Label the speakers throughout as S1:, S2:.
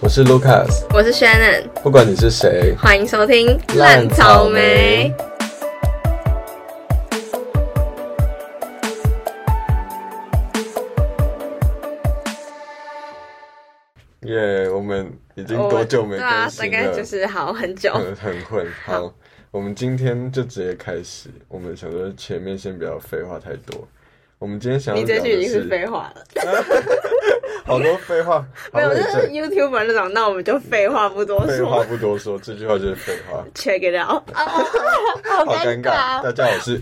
S1: 我是 Lucas，
S2: 我是 Shannon，
S1: 不管你是谁，
S2: 欢迎收听《
S1: 烂草莓》。耶我们已经多久没
S2: 对
S1: 更，
S2: 啊大
S1: 新了？
S2: 概就是好很久。
S1: 很很困。好，我们今天就直接开始。我们想说前面先不要废话太多。我们今天想要
S2: 你
S1: 聊
S2: 这句已
S1: 的
S2: 经是
S1: 是
S2: 废话了，
S1: 好多废话，好
S2: 没有，
S1: 累
S2: 就是
S1: 赘。
S2: YouTuber 那种，那我们就废话不多
S1: 废话
S2: 说
S1: 不多说，这句话就是废话，
S2: ，check it out。啊好
S1: 好尴尬。大家好，我 是。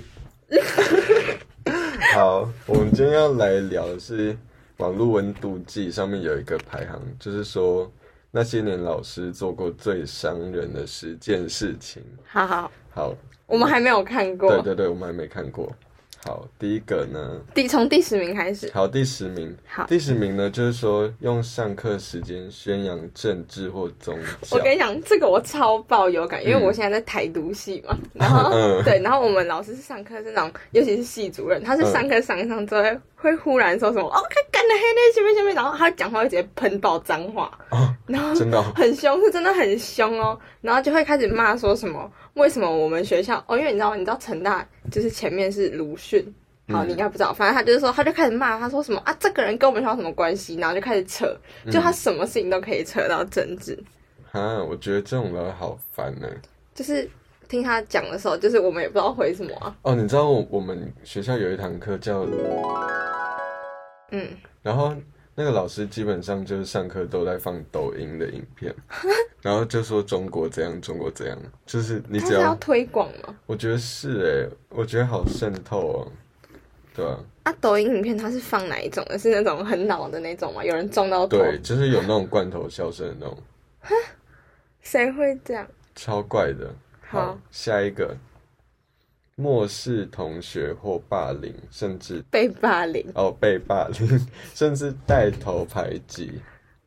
S1: 好，我们今天要来聊的是网络温度计上面有一个排行，就是说那些年老师做过最伤人的十件事情。
S2: 好好，
S1: 好，
S2: 我们还没有看
S1: 对
S2: 过，
S1: 对对，我们还没看过。好，第一个呢，
S2: 第从第十名开始。
S1: 好，第十 名，
S2: 好
S1: 第十名呢，就是说用上课时间宣扬政治或宗教。
S2: 我跟你讲，这个我超爆有感，因为
S1: 啊嗯
S2: 我现在在台独系嘛，然 后、
S1: 嗯
S2: 对，然后我们老师是上课是那种，尤其是系主任，他是
S1: 嗯
S2: 上课上一上之后会会忽然说什么哦，看干的黑黑前面前面，然后他讲话会直接喷爆脏话，
S1: 哦
S2: 然后
S1: 真的哦、
S2: 很凶，是真的很凶哦。然后就会开始骂说什么，为什么我们学校哦？因为你知道，你知道成大就是前面是鲁迅，好，
S1: 嗯
S2: 你应该不知道，反正他就是说，他就开始骂，他说什么啊，这个人跟我们学校有什么关系？然后就开始扯，
S1: 嗯
S2: 就他什么事情都可以扯到政治，
S1: 啊，我觉得这种人好烦呢、
S2: 就是。听他讲的时候，就是我们也不知道回什么啊。
S1: 哦，你知道我我们学校有一堂课叫，
S2: 嗯，
S1: 然后那个老师基本上就是上课都在放抖音的影 片，然后就说中国怎样，中国怎样，就是你
S2: 他
S1: 只
S2: 是要
S1: 要，
S2: 推广吗？
S1: 我觉得是哎、我觉得好渗透哦，对啊，
S2: 啊，抖音影片它是放哪一种的？是那种很老的那种吗？有人撞到头？
S1: 对，就是有那种罐头笑声的那种，
S2: 谁会这样？
S1: 超怪的。
S2: 好，，
S1: 下一个，漠视同学或霸凌，甚至
S2: 被霸凌。
S1: 哦被霸凌， 甚至带头排挤，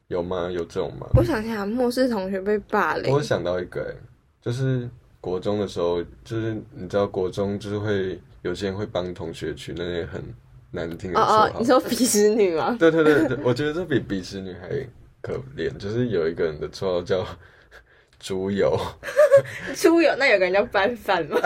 S1: 有吗？有这种吗？
S2: 我想想，漠视同学被霸凌
S1: 我，想到一个、欸，就是国中的时候，就是你知道国中就是会有些人会帮同学取那些很难听的
S2: 哦
S1: 绰号，
S2: 哦，你说鄙视女 吗？
S1: 对对对对，我觉得这比鄙视女还可怜，就是有一个人的绰号叫猪油，
S2: 出游那有个人叫班饭吗？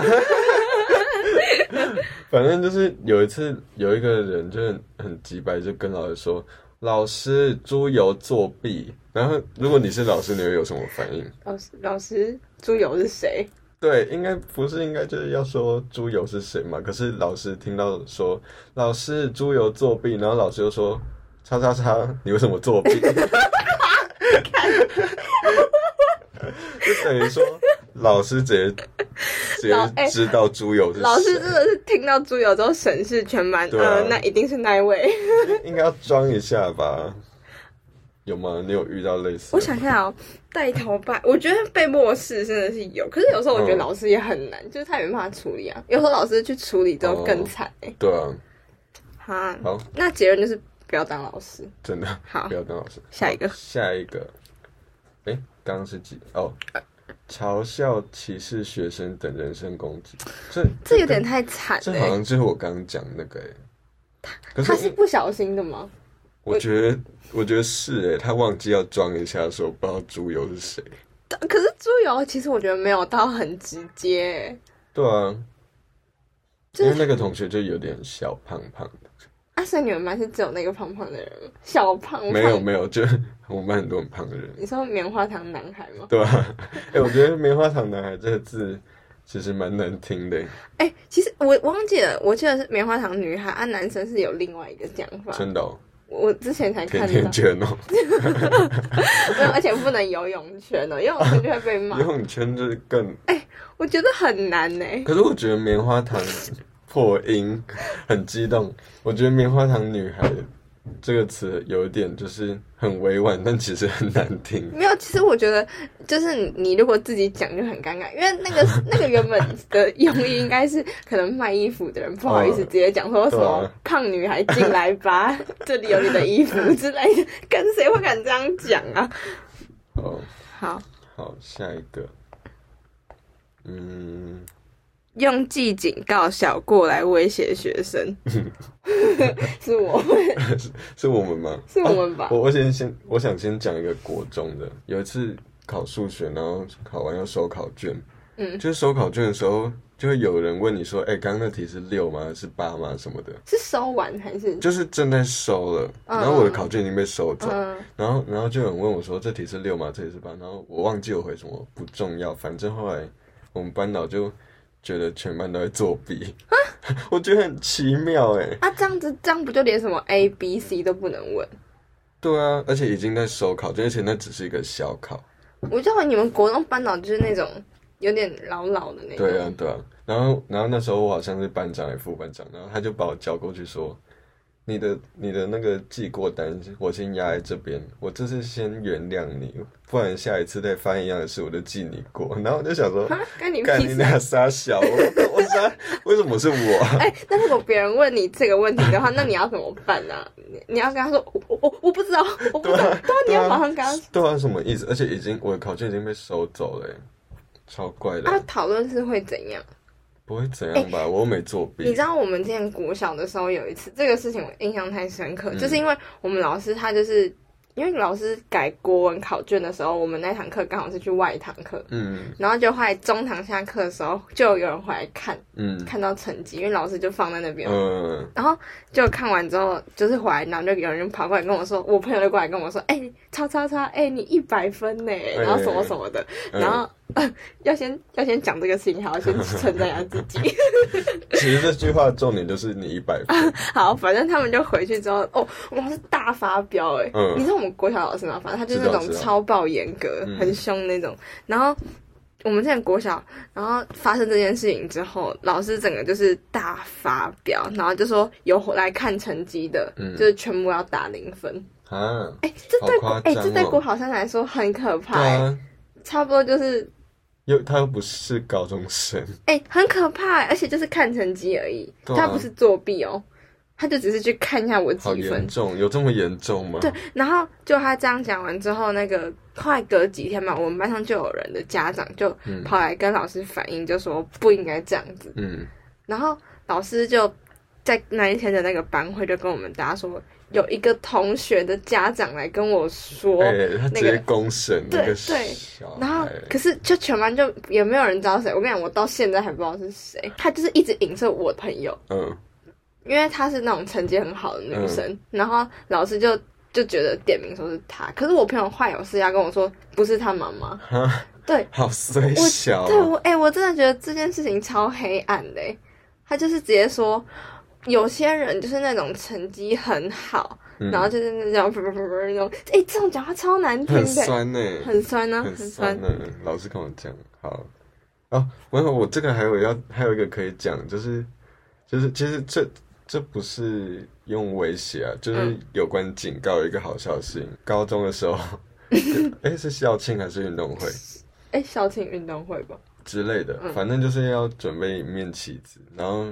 S1: 反正就是有一次有一个人就很很急白，就跟老师说。老师，猪油作弊。然后，如果你是老师，你会有什么反应？
S2: 老师，老师，猪油是谁？
S1: 对，应该不是，应该就是要说猪油是谁嘛？可是老师听到说老师猪油作弊，然后老师又说叉叉叉，你为什么作弊？ 就等于说老师直接直
S2: 老
S1: 接
S2: 哎
S1: 知道猪油是谁，
S2: 老师真的是听到猪油之后审视全班，
S1: 对啊
S2: 呃，那一定是那一位。
S1: 应该要装一下吧？有吗？你有遇到类似的吗？
S2: 我想一下哦，带头霸，我觉得被漠视真的是有，可是有时候我觉得
S1: 嗯
S2: 老师也很难，就是他也没办法处理啊。有时候老师去处理之后更惨哎、
S1: 对啊，
S2: 哈，
S1: 好，
S2: 那结论就是不要当老师。
S1: 真的
S2: 好
S1: 不，要当老师。
S2: 下一个
S1: 下一个，哎、刚刚是几？哦，嘲笑、歧视学生等人身攻击，这
S2: 这有点
S1: 跟
S2: 太惨
S1: 这
S2: 了、
S1: 好
S2: 欸。
S1: 像就是我刚刚讲那个、诶可
S2: 他是
S1: 是
S2: 不小心的吗？
S1: 我觉得，我觉得是哎、诶他忘记要装一下，说不知道猪油是谁。
S2: 但可是猪油其实我觉得没有到很直接、欸，
S1: 对啊，
S2: 就
S1: 因为
S2: 是
S1: 那个同学就有点小胖胖的，
S2: 啊，所以你们班是只有那个胖胖的人吗？小胖胖
S1: 没有没有，就是 我们班很多很胖的人，
S2: 你说棉花糖男孩吗？
S1: 对啊？哎、我觉得“棉花糖男孩”这个字其实蛮难听的、诶
S2: 哎、其实我我忘记了，我记得是棉花糖女孩，啊，男生是有另外一个讲法。
S1: 真的、哦，
S2: 我之前才看
S1: 甜
S2: 到，
S1: 甜圈 哦。
S2: 没有而且不能游泳圈哦，游泳圈就会被骂
S1: 游。泳圈就是更，
S2: 我觉得很难呢、
S1: 可是我觉得棉花糖破音很激动，我觉得棉花糖女孩这个词有一点就是很委婉，但其实很难听。
S2: 没有，其实我觉得就是你你如果自己讲就很尴尬，因为那 个那个原本的用意应该是可能卖衣服的人不好意思
S1: 嗯
S2: 直接讲说什
S1: 对
S2: 么
S1: 啊
S2: 胖女孩进来 吧，这里有你的衣服之类的，跟谁会敢这样讲啊？
S1: 哦，
S2: 好，
S1: 好，下一个，嗯，
S2: 用记警告小过来威胁 学生，是我
S1: 是我们吗？
S2: 是我们吧
S1: 啊我我先先，我想先讲一个国中的。有一次考数学，然后考完要收考卷，
S2: 嗯
S1: 就是收考卷的时候，就会有人问你说：“哎、刚刚那题是六吗？是八吗？什么的
S2: 是收完还是？”
S1: 就是正在收了，
S2: 嗯
S1: 然后我的考卷已经被收走，
S2: 嗯
S1: 然后然后就有人问我说：“这题是六吗？这题是八？”然后我忘记我回什么，不重要，反正后来我们班导就觉得全班都在作弊， 我觉得很奇妙哎、
S2: 啊，这样子这样不就连什么 A B C 都不能问？
S1: 对啊，而且已经在收考卷，而且那只是一个小考。
S2: 我就问你们国中班导就是那种有点老老的那种，
S1: 对啊，对啊。然后，然后那时候我好像是班长还是副班长，然后他就把我叫过去说：“你的你的那个记过单，我先压在这边，我这次先原谅你，不然下一次再犯一样的事，我就记你过。” 然后我就想说
S2: 啊， 跟你
S1: 干
S2: 屁
S1: 你
S2: 事！
S1: 俩傻小，我我傻，为什么 是我？
S2: 哎、那如果别人问你这个问题的话，那你要怎么办呢、你你要跟他说，我我我我不知道， 我不
S1: 对
S2: 懂，
S1: 啊，
S2: 对啊，你
S1: 对
S2: 要马
S1: 啊
S2: 上跟他说。，
S1: 对啊，什么意思？而且已经我的考卷已经被收走了欸，超怪的，
S2: 啊，讨论是会怎样？
S1: 不会怎样吧？我又没作弊。
S2: 你知道我们之前国小的时候有一次这个事情，我印象太深刻，
S1: 嗯
S2: 就是因为我们老师他就是因为老师改国文考卷的时候，我们那堂课刚好是去外堂课，
S1: 嗯
S2: 然后就后来中堂下课的时候，就有人回来看
S1: 嗯
S2: 看到成绩，因为老师就放在那边嘛，
S1: 嗯，
S2: 然后就看完之后，就是回来，然后就有人跑过来跟我说，我朋友就过来跟我说，哎、叉叉叉，哎、你一百分呢，然后什么什么的，
S1: 哎嗯
S2: 然后、呃要先要先讲这个事情，还要先称赞一下自 己。
S1: 嗯其实这句话的重点就是你一百分，
S2: 好，反正他们就回去之后，哦，我们老师大发飙哎、
S1: 嗯
S2: 你知道我们国小老师吗？反正他就是那
S1: 知
S2: 种
S1: 道知道
S2: 超爆严格、
S1: 嗯
S2: 很凶那种，然后。我们现在国小，然后发生这件事情之后，老师整个就是大发飙，然后就说有来看成绩的，
S1: 嗯
S2: 就是全部要打零分。
S1: 啊，
S2: 哎、这对国
S1: 好夸
S2: 哎、
S1: 张
S2: 这对
S1: 哦
S2: 国考生来说很可怕、
S1: 对
S2: 哎
S1: 啊，
S2: 差不多就是
S1: 又他又不是高中生，
S2: 哎、很可怕、哎而且就是看成绩而已，
S1: 对啊
S2: 他不是作弊哦，他就只是去看一下我
S1: 好
S2: 几分
S1: 严。重，有这么严重吗？
S2: 对，然后就他这样讲完之后，那个快隔几天嘛，我们班上就有人的家长就
S1: 嗯
S2: 跑来跟老师反映，就说不应该这样子。
S1: 嗯，
S2: 然后老师就在那一天的那个班会就跟我们大家说，有一个同学的家长来跟我说，
S1: 哎、他直
S2: 那
S1: 接
S2: 个
S1: 公审
S2: 对
S1: 那个
S2: 对
S1: 小
S2: 然后
S1: 孩，，
S2: 可是就全班就也没有人知道谁。我跟你讲，我到现在还不知道是谁。他就是一直影射我朋友，
S1: 嗯
S2: 因为她是那种成绩很好的女生，然后老师就就觉得点名说是她。可是我朋友坏有事要跟我说，不是她妈妈。
S1: 哈，
S2: 对，
S1: 好衰
S2: 我
S1: 小，
S2: 对我，哎、我真的觉得这件事情超黑暗的、欸。他就是直接说，有些人就是那种成绩很好，
S1: 嗯
S2: 然后就是那种不不不不那种，哎、这种讲话超难听
S1: 很
S2: 的、
S1: 酸欸呢、
S2: 很酸呢、
S1: 很
S2: 啊很
S1: 酸。
S2: 酸
S1: 啊呢、老师跟我讲，好，哦，我有我这个还有要还有一个可以讲，就是就是其实这这不是用威胁啊，就是
S2: 嗯
S1: 有关警告有一个好消息。高中的时候， 哎、是校庆还是运动会
S2: 哎、校庆运动会吧。
S1: 之类的，
S2: 嗯
S1: 反正就是要准备一面旗子，然后。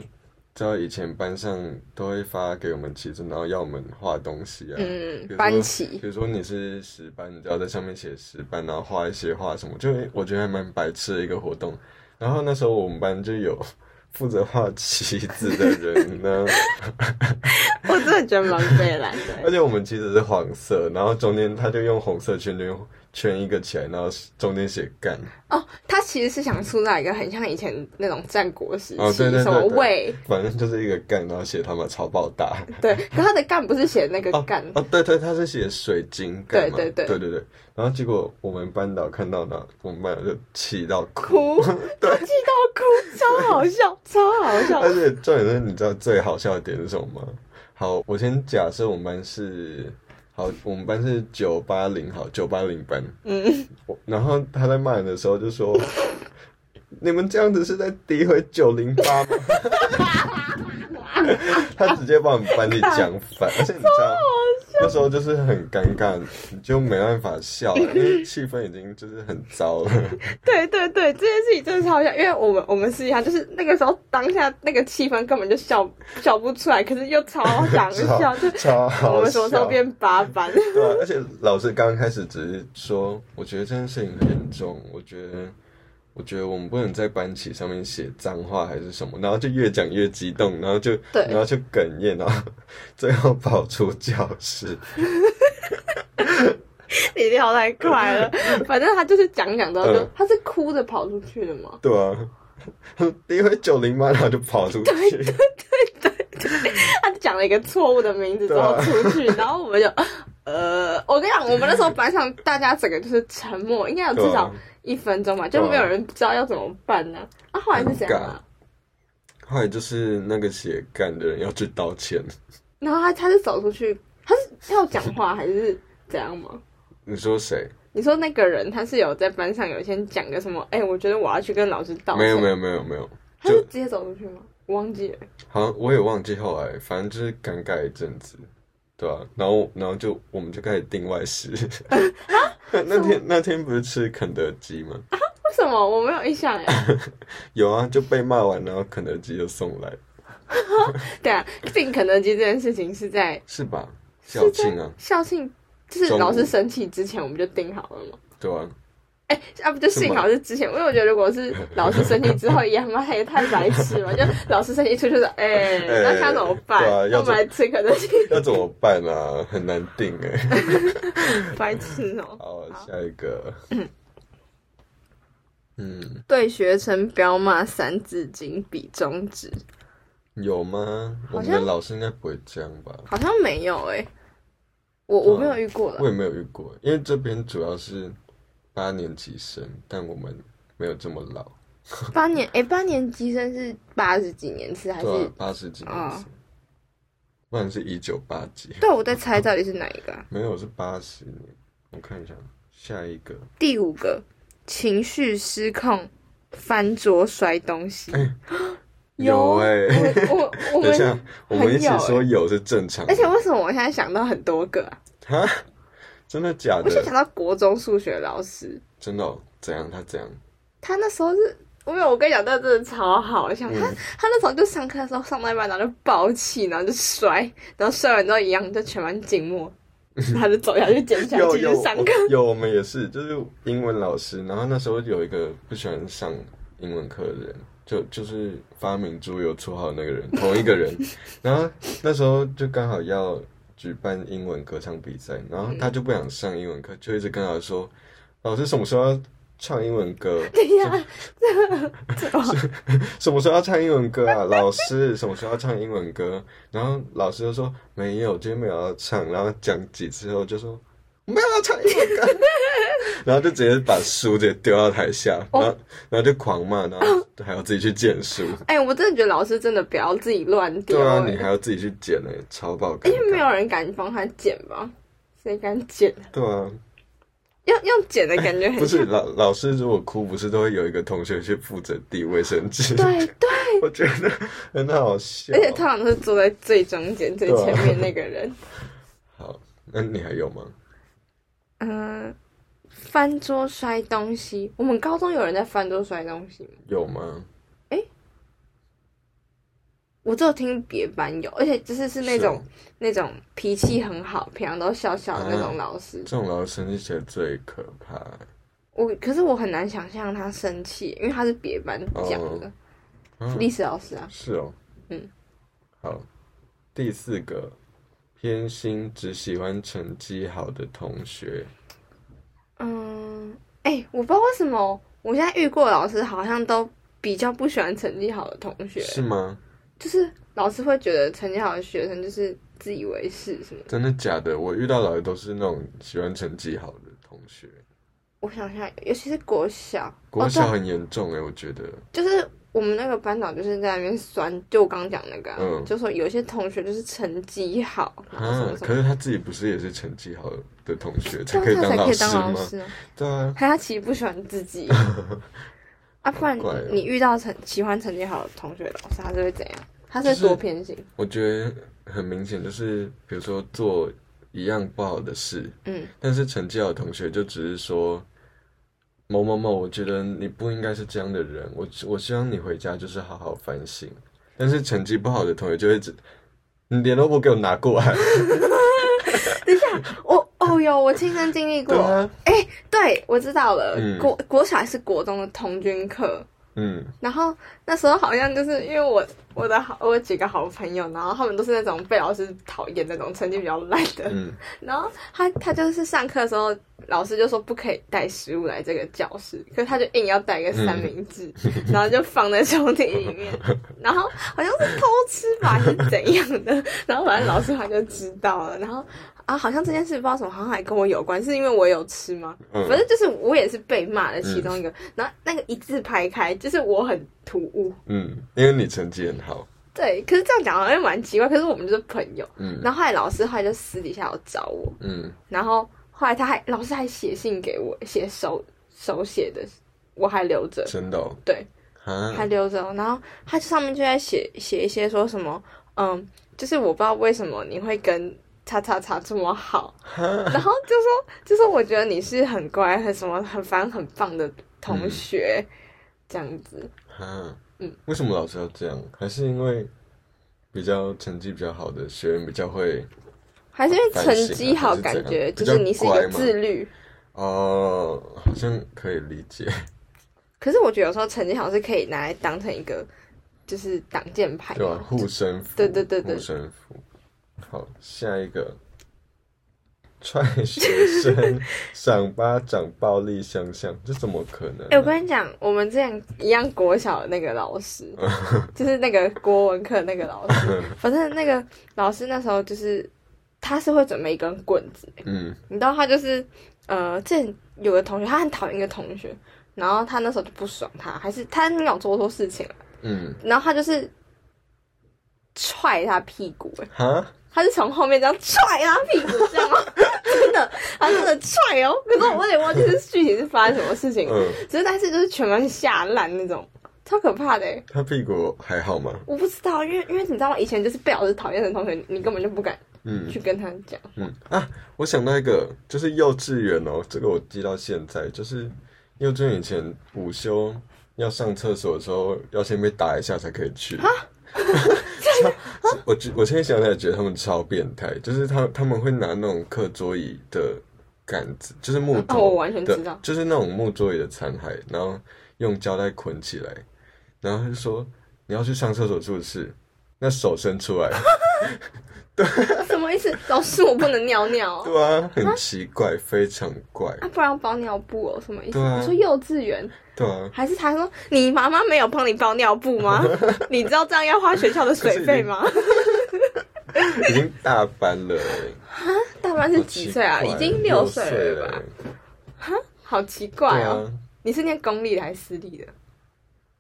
S1: 知道以前班上都会发给我们旗子，然后要我们画东西啊，
S2: 嗯
S1: 比如说
S2: 班旗
S1: 比如说你是十班，你只要在上面写十班，然后画一些画什么，就我觉得还蛮白痴的一个活动。然后那时候我们班就有 负责画旗子的人呢，
S2: 我真的觉得蛮悲蓝的
S1: 而。且我们旗子是黄色，然后中间他就用红色圈圈圈一个起来，然后中间写干，
S2: 哦，他其实是想塑造一个很像以前那种战国时期、
S1: 哦对对对
S2: 什么
S1: 对
S2: 魏，
S1: 反正就是一个干，然后写他们超爆大。
S2: 对，可他的干不是写那个
S1: 哦
S2: 干，
S1: 哦，对对，他是写水晶干嘛？
S2: 对对对
S1: 对对对。然后结果我们班导看到呢，我们班导就气到哭。
S2: 哭，他气到哭，超好笑，超好笑。
S1: 而且重点是，你知道最好笑的点是什么吗？好，我先假设我们班是好，我们班是九八零，好，九八零班。
S2: 嗯，
S1: 我然后他在骂人的时候就说：“你们这样子是在诋毁九零八吗？” 他直接把我们班级讲反，而且你知道那时候就是很尴尬，你就没办法笑了，因为气氛已经就是很糟了。
S2: 对对对，这件事情真的超好笑，因为我们我们私底下就是那个时候当下那个气氛根本就笑笑不出来，可是又超想笑，就
S1: 超 好
S2: 我们什么时候
S1: 笑
S2: 变八班？
S1: 对、啊，而且老师刚开始只是说，我觉得这件事情很严重，我觉得我觉得我们不能在班旗上面写脏话还是什么，然后就越讲越激动，然后就
S2: 对
S1: 然后就哽咽，然 后最后跑出教室。
S2: 你跳太快 了，反正他就是讲讲到就
S1: 嗯，
S2: 他是哭着跑出去的吗？
S1: 对啊，第一回九零班，然后就跑出去。
S2: 他讲了一个错误的名字之后
S1: 对啊
S2: 出去，然后我们就，呃，我跟你讲，我们那时候班上大家整个就是沉默，应该有
S1: 对
S2: 至
S1: 啊
S2: 少，一分钟吧，
S1: 对
S2: 就
S1: 啊
S2: 没有人知道要怎么办呢、啊。后来是怎样啊？
S1: 后来就是那个写干的人要去道歉。
S2: 然后他他是走出去，他是要讲话还是怎样吗？
S1: 你说谁？
S2: 你说那个人他是有在班上有先讲个什么？哎、我觉得我要去跟老师道歉。
S1: 没有没，有没有没有，
S2: 他是
S1: 就
S2: 直接走出去吗？我忘记了。
S1: 好像我也忘记后来，反正就是尴尬一阵子，对啊，然后然后就我们就开始订外食。
S2: 啊
S1: 那天那天不是吃肯德基吗？
S2: 为什么我没有印象哎？
S1: 有啊，就被骂完，然后肯德基就送来，
S2: 对啊，订肯德基这件事情是在
S1: 是吧？校庆啊，
S2: 校庆，就是
S1: 中午
S2: 老师生气之前我们就订好了嘛。
S1: 对啊，
S2: 哎、啊不就幸好是之前，因为我觉得如果是老师生气之后，也他妈也太白痴了。就老师生气出去说，哎、那他怎么办？
S1: 对啊
S2: 那
S1: 要
S2: 我们来吃肯德基，
S1: 要怎么办啊？很难定哎、
S2: 白痴哦、
S1: 好，
S2: 好
S1: 下一 个，嗯，
S2: 对学生彪骂三字经比中指，
S1: 有吗？我
S2: 好像
S1: 们的老师应该不会这样吧？
S2: 好像没有哎、我我没有遇过
S1: 啊我
S2: 了。
S1: 也没有遇过，因为这边主要是八年级生，但我们没有这么老，
S2: 八年哎、八年级生是八十几年次还是？
S1: 对啊，八十几年
S2: 哦
S1: 生，不然是一九八几，
S2: 对，我在猜到底是哪一个啊、
S1: 没有是八十年，我看一下下一个，
S2: 第五个，情绪失控，翻桌摔东西。 有啊
S1: 哎、
S2: 我我 我
S1: 等一
S2: 们，
S1: 下，我们一起
S2: 有欸
S1: 说有是正常的，
S2: 而且为什么我现在想到很多个啊？
S1: 哈，真的假
S2: 我就想
S1: 的？
S2: 到国中数学老师，
S1: 真的哦、怎样？他怎样？
S2: 他那时候是。因为我跟你讲，那真的超好笑。
S1: 嗯
S2: 他他那时候就上课的时候上到一半，然后就爆气，然后就摔，然后摔完之后一样，就全班静默，他就走下去捡起
S1: 嗯
S2: 来
S1: 有
S2: 继
S1: 有
S2: 续 上课。
S1: 我 有，我们也是，就是英文老师，然后那时候有一个不喜欢上英文课的人，就就是发明猪油绰号的那个 人，同一个人。然后那时候就刚好要举办英文歌唱比赛，然后他就不想上英文课，就一直跟老师说：“老师什么时候要唱英文歌？
S2: 对呀，这个这
S1: 什么时候要唱英文歌啊？老师什么时候要唱英文歌？”然后老师就说：“没有，今天没有要唱。”然后讲几次后就说。我没有要唱英文歌， 然后就直接把书直接丢到台下，然
S2: 哦
S1: 后然后就狂骂，然后还要自己去捡书，
S2: 哎，我真的觉得老师真的不要自己乱 丢。
S1: 对啊，
S2: 哎
S1: 你还要自己去捡呢、超爆尴
S2: 因哎为没
S1: 尬。
S2: 有人敢帮他剪吧？谁敢剪？
S1: 对啊，
S2: 用用剪的感觉 很
S1: 不是老老师如果哭，不是都会有一个同学去负责递卫生纸，
S2: 对对，
S1: 我觉得很好笑
S2: 而。且通常都是坐在最中间、最
S1: 对啊
S2: 前面那 个人。
S1: 好，那你还有吗？
S2: 嗯、翻桌摔东西，我们高中有人在翻桌摔东西吗？
S1: 有吗？
S2: 我只有听别班有，而且就是是那种
S1: 是
S2: 那种脾气很好、平常都笑笑的那种老师。
S1: 这种老师生气起来最可怕、
S2: 我可是我很难想象他生气，因为他是别班讲的
S1: 嗯
S2: 历、史老师啊。
S1: 是哦，
S2: 嗯，
S1: 好，第四个，偏心只喜欢成绩好的同学，
S2: 嗯，哎、我不知道为什么我现在遇过的老师好像都比较不喜欢成绩好的同学，
S1: 是吗？
S2: 就是老师会觉得成绩好的学生就是自以为是什么的。
S1: 真的假的？我遇到老师都是那种喜欢成绩好的同学，
S2: 我想想，尤其是国小，
S1: 国小
S2: 哦、
S1: 很严重哎、我觉得，
S2: 对，就是我们那个班长就是在那边酸，就我刚讲那个啊、
S1: 嗯
S2: 就说有些同学就是成绩好，然后什
S1: 啊
S2: 么，什
S1: 可
S2: 么。
S1: 是他自己不是也是成绩好的同学才
S2: 这
S1: 可以
S2: 样他
S1: 当
S2: 才可
S1: 老
S2: 以
S1: 师
S2: 当老
S1: 吗？
S2: 师啊！
S1: 对啊，
S2: 还他其实不喜欢 自己啊，不然
S1: 好怪哦
S2: 你遇到成喜欢成绩好的同学老师，他是会怎样？他是
S1: 就
S2: 会
S1: 是
S2: 多偏心？
S1: 我觉得很明显就是，比如说做一样不好的事，
S2: 嗯，
S1: 但是成绩好的同学就只是说，某某某，我觉得你不应该是这样的人，我我希望你回家就是好好反省。但是成绩不好的同学就会只，你联络簿给我拿过来，
S2: 我哦，有有，我亲身经历过
S1: 对。啊，
S2: 对，我知道了。
S1: 嗯
S2: 国国小还是国中的童军课，
S1: 嗯
S2: 然后那时候好像就是因为我我的好我有几个好朋友，然后他们都是那种被老师讨厌那种成绩比较烂的，
S1: 嗯
S2: 然后他他就是上课的时候，老师就说不可以带食物来这个教室，可是他就硬要带一个三明治，
S1: 嗯
S2: 然后就放在抽屉里 面，然后好像是偷吃吧还是怎样的，然后反正老师他就知道了，然后啊好像这件事不知道什么，好像还跟我有关，是因为我有吃吗？
S1: 嗯，
S2: 反正就是我也是被骂的其中一个，然后那个一字排开，就是我很突兀，
S1: 嗯，因为你成绩很好，
S2: 对，可是这样讲好像蛮奇怪，可是我们就是朋友，
S1: 嗯
S2: 然后后来老师后来就私底下有找我。
S1: 嗯
S2: 然后后来他还老师还写信给我，写手手写的，我还留着，
S1: 真的哦
S2: 对，
S1: 啊，
S2: 还留着哦。然后他上面就在写写一些说什么，嗯，就是我不知道为什么你会跟叉叉叉这么好， 然后就说就说我觉得你是很乖，很什么很烦很棒的同学，这样子。
S1: 啊，
S2: 嗯
S1: 为什么老师要这样？还是因为比较成绩比较好的学员比较会
S2: 还是因为成
S1: 反省啊
S2: 绩好，
S1: 还是怎
S2: 感
S1: 样
S2: 觉就
S1: 啊比较
S2: 是你是一个
S1: 乖吗
S2: 自律。
S1: 哦，好像可以理解，
S2: 可是我觉得有时候成绩好是可以拿来当成一个，就是挡箭牌
S1: 对吧、啊
S2: 嘛
S1: 护身符，
S2: 对对对对
S1: 护身符。好，下一个，踹学 生，赏巴掌，暴力相向，这怎么可能、
S2: 哎、我跟你讲，我们之前一样国小的那个老师， 就是那个国文课那个老师， 反正那个老师那时候就是他是会准备一根棍子，
S1: 嗯
S2: 你知道他就是呃，之前有个同学他很讨厌一个同学，然后他那时候就不爽他，还是他没有做错事情了，
S1: 嗯，
S2: 然后他就是踹他屁股、哎
S1: 哈，
S2: 他是从后面这样踹他屁股，这样哦， 真的，他真的踹哦。可是我有点忘记是具体是发生什么事情，
S1: 嗯，
S2: 只是但是就是全班吓烂那种，超可怕的欸。
S1: 他屁股还好吗？
S2: 我不知道，因为因为你知道吗？以前就是被老师讨厌的同学，你根本就不敢
S1: 嗯
S2: 去跟他讲。
S1: 嗯啊，我想到一个，就是幼稚园哦，这个我记到现在，就是幼稚园以前午休要上厕所的时候，要先被打一下才可以去。 超我觉我现在想起来觉得他们超变态，就是他他们会拿那种课桌椅的杆子，就是木
S2: 哦，我
S1: 头
S2: 完全
S1: 的，
S2: 知道，
S1: 就是那种木桌椅的残骸，然后用胶带捆起来，然后他就说你要去上厕所是不是？那手伸出 来，
S2: 什么意思？老师，我不能尿尿哦、
S1: 对啊，很奇怪，非常怪。
S2: 啊，不然我包尿布哦，什么意思？
S1: 对啊
S2: 你说幼稚园
S1: 对啊，
S2: 还是他说你妈妈没有帮你包尿布 吗？你知道这样要花学校的水费吗？
S1: 已经大班了、欸，
S2: 大班是几岁啊？
S1: 好奇怪
S2: 已经六岁
S1: 岁
S2: 了吧？
S1: 欸？
S2: 好奇
S1: 对
S2: 怪哦！
S1: 啊，
S2: 你是念公立的还是私立的？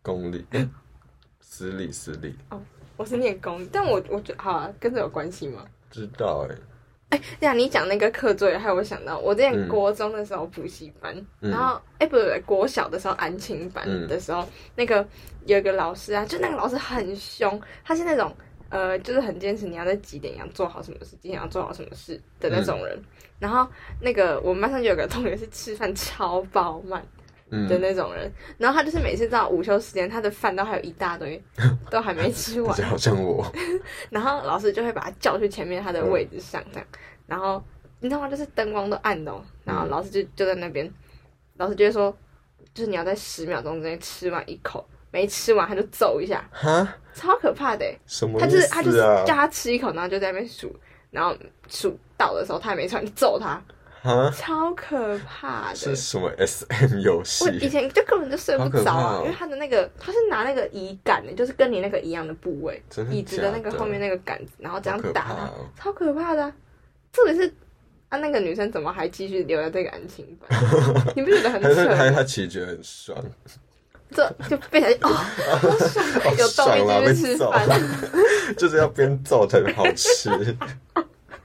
S1: 公立，欸私立私立，
S2: 我是念公立，但我我觉得好啊，跟这有关系吗？
S1: 知道哎、
S2: 对啊，你讲那个课桌椅，害我想到我之前
S1: 嗯
S2: 国中的时候补习班，
S1: 嗯
S2: 然后哎、不对不对，国小的时候安亲班
S1: 嗯
S2: 的时候，那个有一个老师啊，就那个老师很凶，他是那种呃，就是很坚持你要在几点要做好什么事，几点要做好什么事的那种
S1: 嗯
S2: 人。然后那个我们班上就有个同学是吃饭超饱满的
S1: 嗯，
S2: 那种人，然后他就是每次到午休时间，他的饭都还有一大 堆都还没吃
S1: 而
S2: 完
S1: 且，好像我，
S2: 然后老师就会把他叫去前面他
S1: 嗯
S2: 的位置上，这样，然后你知道吗？就是灯光都暗的、哦，然后老师就就在那边，老师就会说，就是你要在十秒钟之内吃完一口，没吃完他就揍一下，
S1: 哈，
S2: 超可怕的欸。
S1: 什么
S2: 他
S1: 意
S2: 就是
S1: 思
S2: 他就是
S1: 啊？
S2: 叫他吃一口，然后就在那边数，然后数到的时候他还没吃完就揍他，
S1: 哈，
S2: 超可怕的
S1: 是。什么 SM 游戏
S2: 我？以前就根本就睡不
S1: 好可
S2: 着
S1: 怕
S2: 啊，
S1: 哦
S2: 因为他的那个他是拿那个椅杆的，就是跟你那个一样的部位，
S1: 真的
S2: 椅子的那个
S1: 假
S2: 后面那个杆子，然后这样
S1: 好可
S2: 打
S1: 怕
S2: 他，
S1: 哦
S2: 超可怕的啊、特别是啊，那个女生怎么还继续留在这个安 亲班？你不觉得很
S1: 还
S2: 扯
S1: 是还是
S2: 吗？
S1: 他其实觉得很爽，
S2: 这就被人哦，好爽，有动
S1: 爽啦
S2: 力
S1: 被
S2: 继续吃
S1: 揍
S2: 饭，
S1: 就是要边揍才好吃。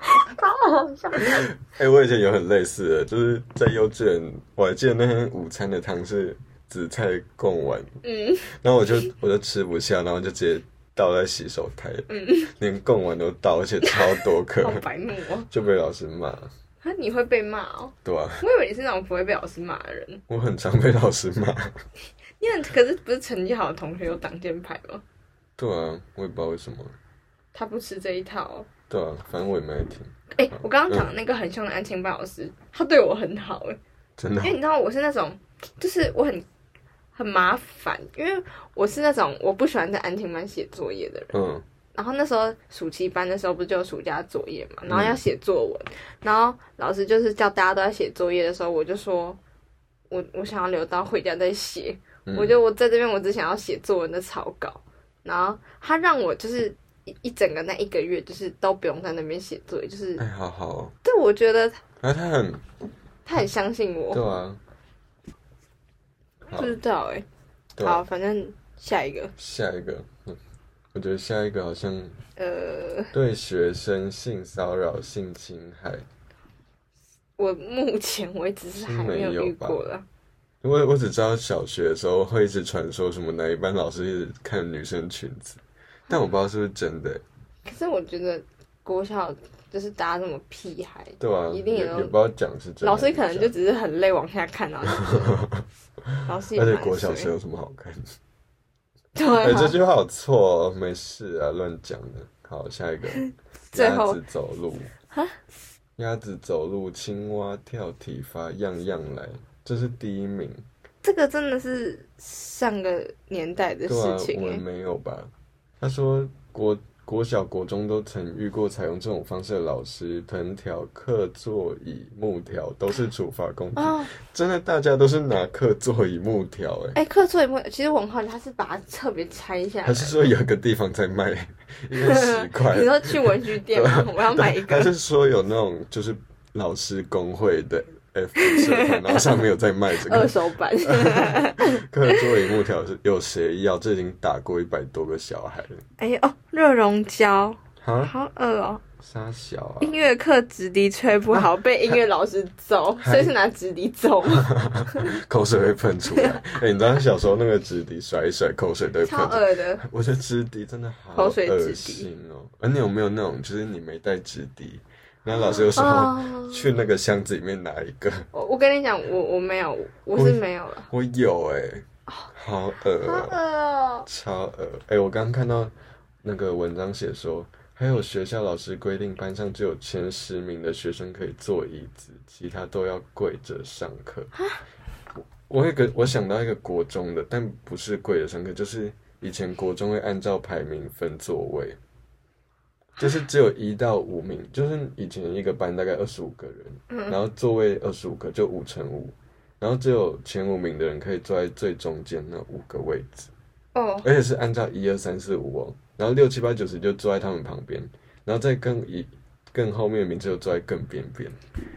S2: 好好笑。
S1: 哎、我以前有很类似的，就是在幼稚园，我还记得那天午餐的汤是紫菜贡丸，
S2: 嗯，
S1: 然后我就我就吃不下，然后就直接倒在洗手台， 连贡丸都倒，而且超多颗
S2: 嗯好，白目哦。
S1: 就被老师骂，
S2: 啊，你会被骂哦？
S1: 对吧、
S2: 我以为你是那种不会被老师骂的人，
S1: 我很常被老师骂，
S2: 因为可是不是成绩好的同学有挡箭牌吗？
S1: 对啊，我也不知道为什么，
S2: 他不吃这一套哦、
S1: 对啊，反正我也没爱听，
S2: 哎、我刚刚讲的那个很凶的安亲班老师，他对我很好哎、
S1: 真的
S2: 因为你知道我是那种，就是我很很麻烦，因为我是那种我不喜欢在安亲班写作业的人。
S1: 嗯
S2: 然后那时候暑期班的时候不是就有暑假作业嘛，然后
S1: 嗯
S2: 要写作文，然后老师就是叫大家都在写作业的时候，我就说，我我想要留到回家再写，
S1: 嗯，
S2: 我就我在这边我只想要写作文的草稿，然后他让我就是一一整个那一个月就是都不用在那边写作业，就是
S1: 哎，好好哦，
S2: 对我觉得
S1: 然后他很
S2: 他很相信我，
S1: 对啊，好
S2: 不知道哎、
S1: 对啊
S2: 好，反正下一个，
S1: 下一个，嗯，我觉得下一个好像
S2: 呃，
S1: 对学生性骚扰、性侵害，
S2: 我目前为止是还没有遇过了，
S1: 因为我只知道小学的时候会一直传说什么哪一班老师一直看女生裙子，但我不知道是不是真的、欸
S2: 可是我觉得国小就是大家这么屁孩，
S1: 对啊，
S2: 一定
S1: 也
S2: 有
S1: 也不知道讲是真的
S2: 老
S1: 还
S2: 师
S1: 是
S2: 可
S1: 假的。
S2: 能就只是很累往下 看啊，然后就老师也
S1: 而且
S2: 蛮
S1: 国小生
S2: 衰
S1: 有什么好看？
S2: 对
S1: 哎、
S2: 啊，
S1: 这句话好错、哦，没事啊，乱讲的。好，下一个，
S2: 最
S1: 鸭
S2: 后
S1: 子走路，鸭子走路，青蛙跳体罚，样样来，这是第一名。
S2: 这个真的是上个年代的
S1: 对啊
S2: 事，情、
S1: 我
S2: 欸
S1: 们没有吧？他说国国小、国中都曾遇过采用这种方式的老师，藤条、课座椅、木条都是处罚工具。
S2: 哦，
S1: 真的，大家都是拿课座椅、木条、欸，
S2: 哎、课桌椅木，其实我很好奇，他是把它特别拆下来
S1: 还。是说有个地方在卖，一个十 块
S2: 你？说去文具店
S1: 啊
S2: 吗？我要买一
S1: 还
S2: 个。
S1: 是说有那种就是老师工会的 F 社团，然后上面有在卖这
S2: 二
S1: 个
S2: 手版，
S1: 课座椅、木条？是有谁要？这已经打过一百多个小孩了。
S2: 哎、哦，热熔胶，
S1: 啊，
S2: 好恶哦！
S1: 傻小啊！
S2: 音乐课直笛吹不好，被音乐老师揍，所以是拿直笛 揍吗，
S1: 口水会喷 出来。哎、你知道小时候那个纸笛甩一甩，口水都会喷
S2: 啊超
S1: 出来。
S2: 恶的。
S1: 我觉得纸笛真的好
S2: 口水纸笛
S1: 恶心哦。而、你有没有那种，就是你没带纸笛，然后老师又说、
S2: 哦
S1: 去那个箱子里面拿一个？
S2: 我我跟你讲，我我没有，我是没有了，
S1: 我有哎、好恶
S2: 好
S1: 哦、
S2: 恶哦！
S1: 超恶。哎、我刚刚看到那个文章写说。还有学校老师规定，班上只有前十名的学生可以坐椅子，其他都要跪着上课。我有一个我想到一个国中的，但不是跪着上课，就是以前国中会按照排名分座位，就是只有一到五名，就是以前一个班大概二十五个人，然后座位二十五个，就五乘五，然后只有前五名的人可以坐在最中间那五个位置，
S2: 哦，
S1: 而且是按照一二三四五哦，然后六七八九十就坐在他们旁边，然后再更一更后面的名字就坐在更边边。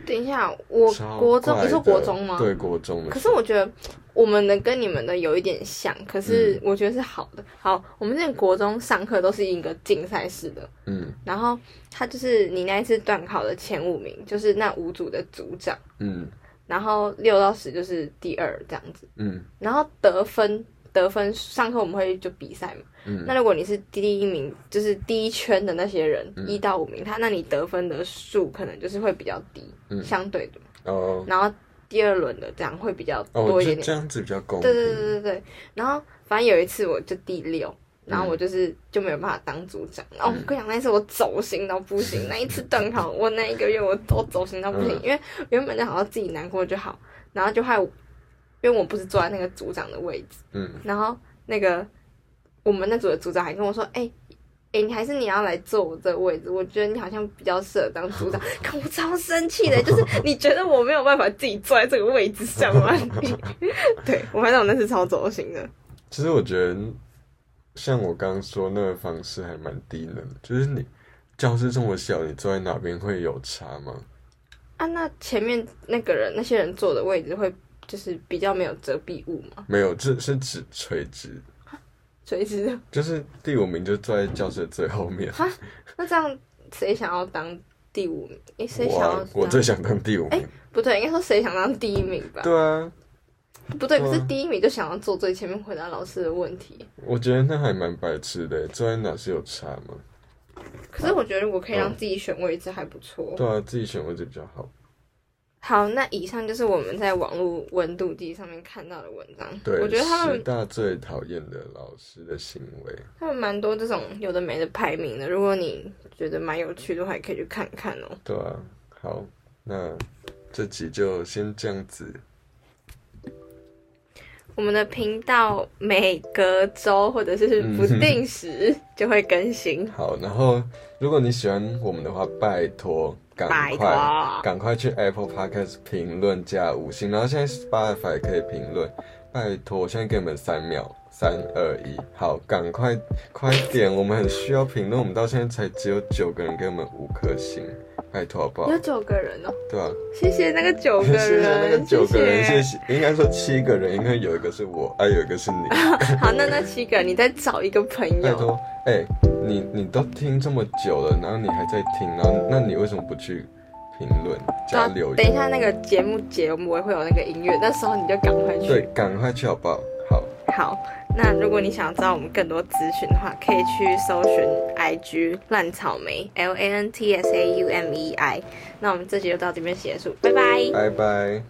S2: 等一下，我
S1: 超
S2: 国中，
S1: 怪
S2: 你说
S1: 的
S2: 国中吗？
S1: 对，国中的时候。
S2: 可是我觉得我们的跟你们的有一点像，可是
S1: 嗯
S2: 我觉得是好的。好，我们之前国中上课都是一个竞赛式的，
S1: 嗯
S2: 然后他就是你那一次段考的前五名，就是那五组的组长，
S1: 嗯
S2: 然后六到十就是第二这样子，
S1: 嗯
S2: 然后得分。得分上课我们会就比赛嘛，
S1: 嗯
S2: 那如果你是第一名，就是第一圈的那些人
S1: 嗯
S2: 一、到五名，他那你得分的数可能就是会比较低，
S1: 嗯
S2: 相对的，
S1: 哦
S2: 然后第二轮的这样会比较
S1: 哦，
S2: 多一
S1: 就
S2: 点点
S1: 这。样子比较公平。
S2: 对对对对对。然后反正有一次我就第六，
S1: 嗯
S2: 然后我就是、就没有办法当组长。然后我跟你讲，那一次我走心到不 行，那一次段考我那一个月我都走心到不行，
S1: 嗯
S2: 因为原本就好像自己难过就好，然后就害我，因为我不是坐在那个组长的位置，
S1: 嗯
S2: 然后那个我们那组的组长还跟我说，哎、哎、你还是你要来坐我这个位置，我觉得你好像比较适合当组长。看我超生气的，就是你觉得我没有办法自己坐在这个位置上吗？你对我反正我那是超走心的，
S1: 其实我觉得，像我刚刚说那个方式还蛮低能的，就是你教室这么小，你坐在哪边会有差吗？
S2: 啊，那前面那个人那些人坐的位置会就是比较没有遮蔽物嘛，
S1: 没有，这是指垂直，
S2: 垂直的。
S1: 就是第五名就坐在教室的最后面。
S2: 那这样谁想要当第五名？诶，谁想要
S1: 我
S2: 当？
S1: 我最想当第五名。
S2: 不对，应该说谁想当第一名吧？
S1: 对啊，
S2: 不
S1: 对
S2: 对，
S1: 啊
S2: 可是第一名就想要坐最前面回答老师的问题。
S1: 我觉得那还蛮白痴的，欸坐在哪是有差吗？嗯
S2: 可是我觉得如果可以让自己选位置还不错。
S1: 对啊，自己选位置比较好。
S2: 好，那以上就是我们在网络温度计上面看到的文章。
S1: 对，
S2: 我觉得他
S1: 十
S2: 们
S1: 大最讨厌的老师的行为，
S2: 他们蛮多这种有的没的排名的，如果你觉得蛮有趣的话，也可以去看看哦。
S1: 对啊。好，那这集就先这样子，
S2: 我们的频道每隔周或者是不定时就会更新，
S1: 好，然后如果你喜欢我们的话，拜托赶
S2: 拜托，
S1: 快赶快去 Apple Podcast 评论加五星，然后现在 Spotify 可以评论，拜托，我现在给你们三秒，三二一，好，赶快快点，我们很需要评论，我们到现在才只有九个人给我们五颗星，拜托好不好
S2: 有？九个人哦，
S1: 对吧、啊？
S2: 谢谢那个九 个
S1: 谢谢那个
S2: 人，
S1: 九个人，谢
S2: 谢。
S1: 谢，应该说七个人，因为有一个是我，还、有一个是你。
S2: 好，那那七个人，你再找一个朋
S1: 拜
S2: 友，
S1: 托，哎、你你都听这么久了，然后你还在听，然后那你为什么不去评论加留
S2: 啊等
S1: 言？
S2: 一下那个节目结尾会有那个音乐，那时候你就赶快去
S1: 对，赶快去好不好？好，
S2: 好，那如果你想知道我们更多资讯的话，可以去搜寻 IG 烂草莓 L A N T S A U M E I。那我们这集就到这边结束，拜拜。
S1: 拜拜。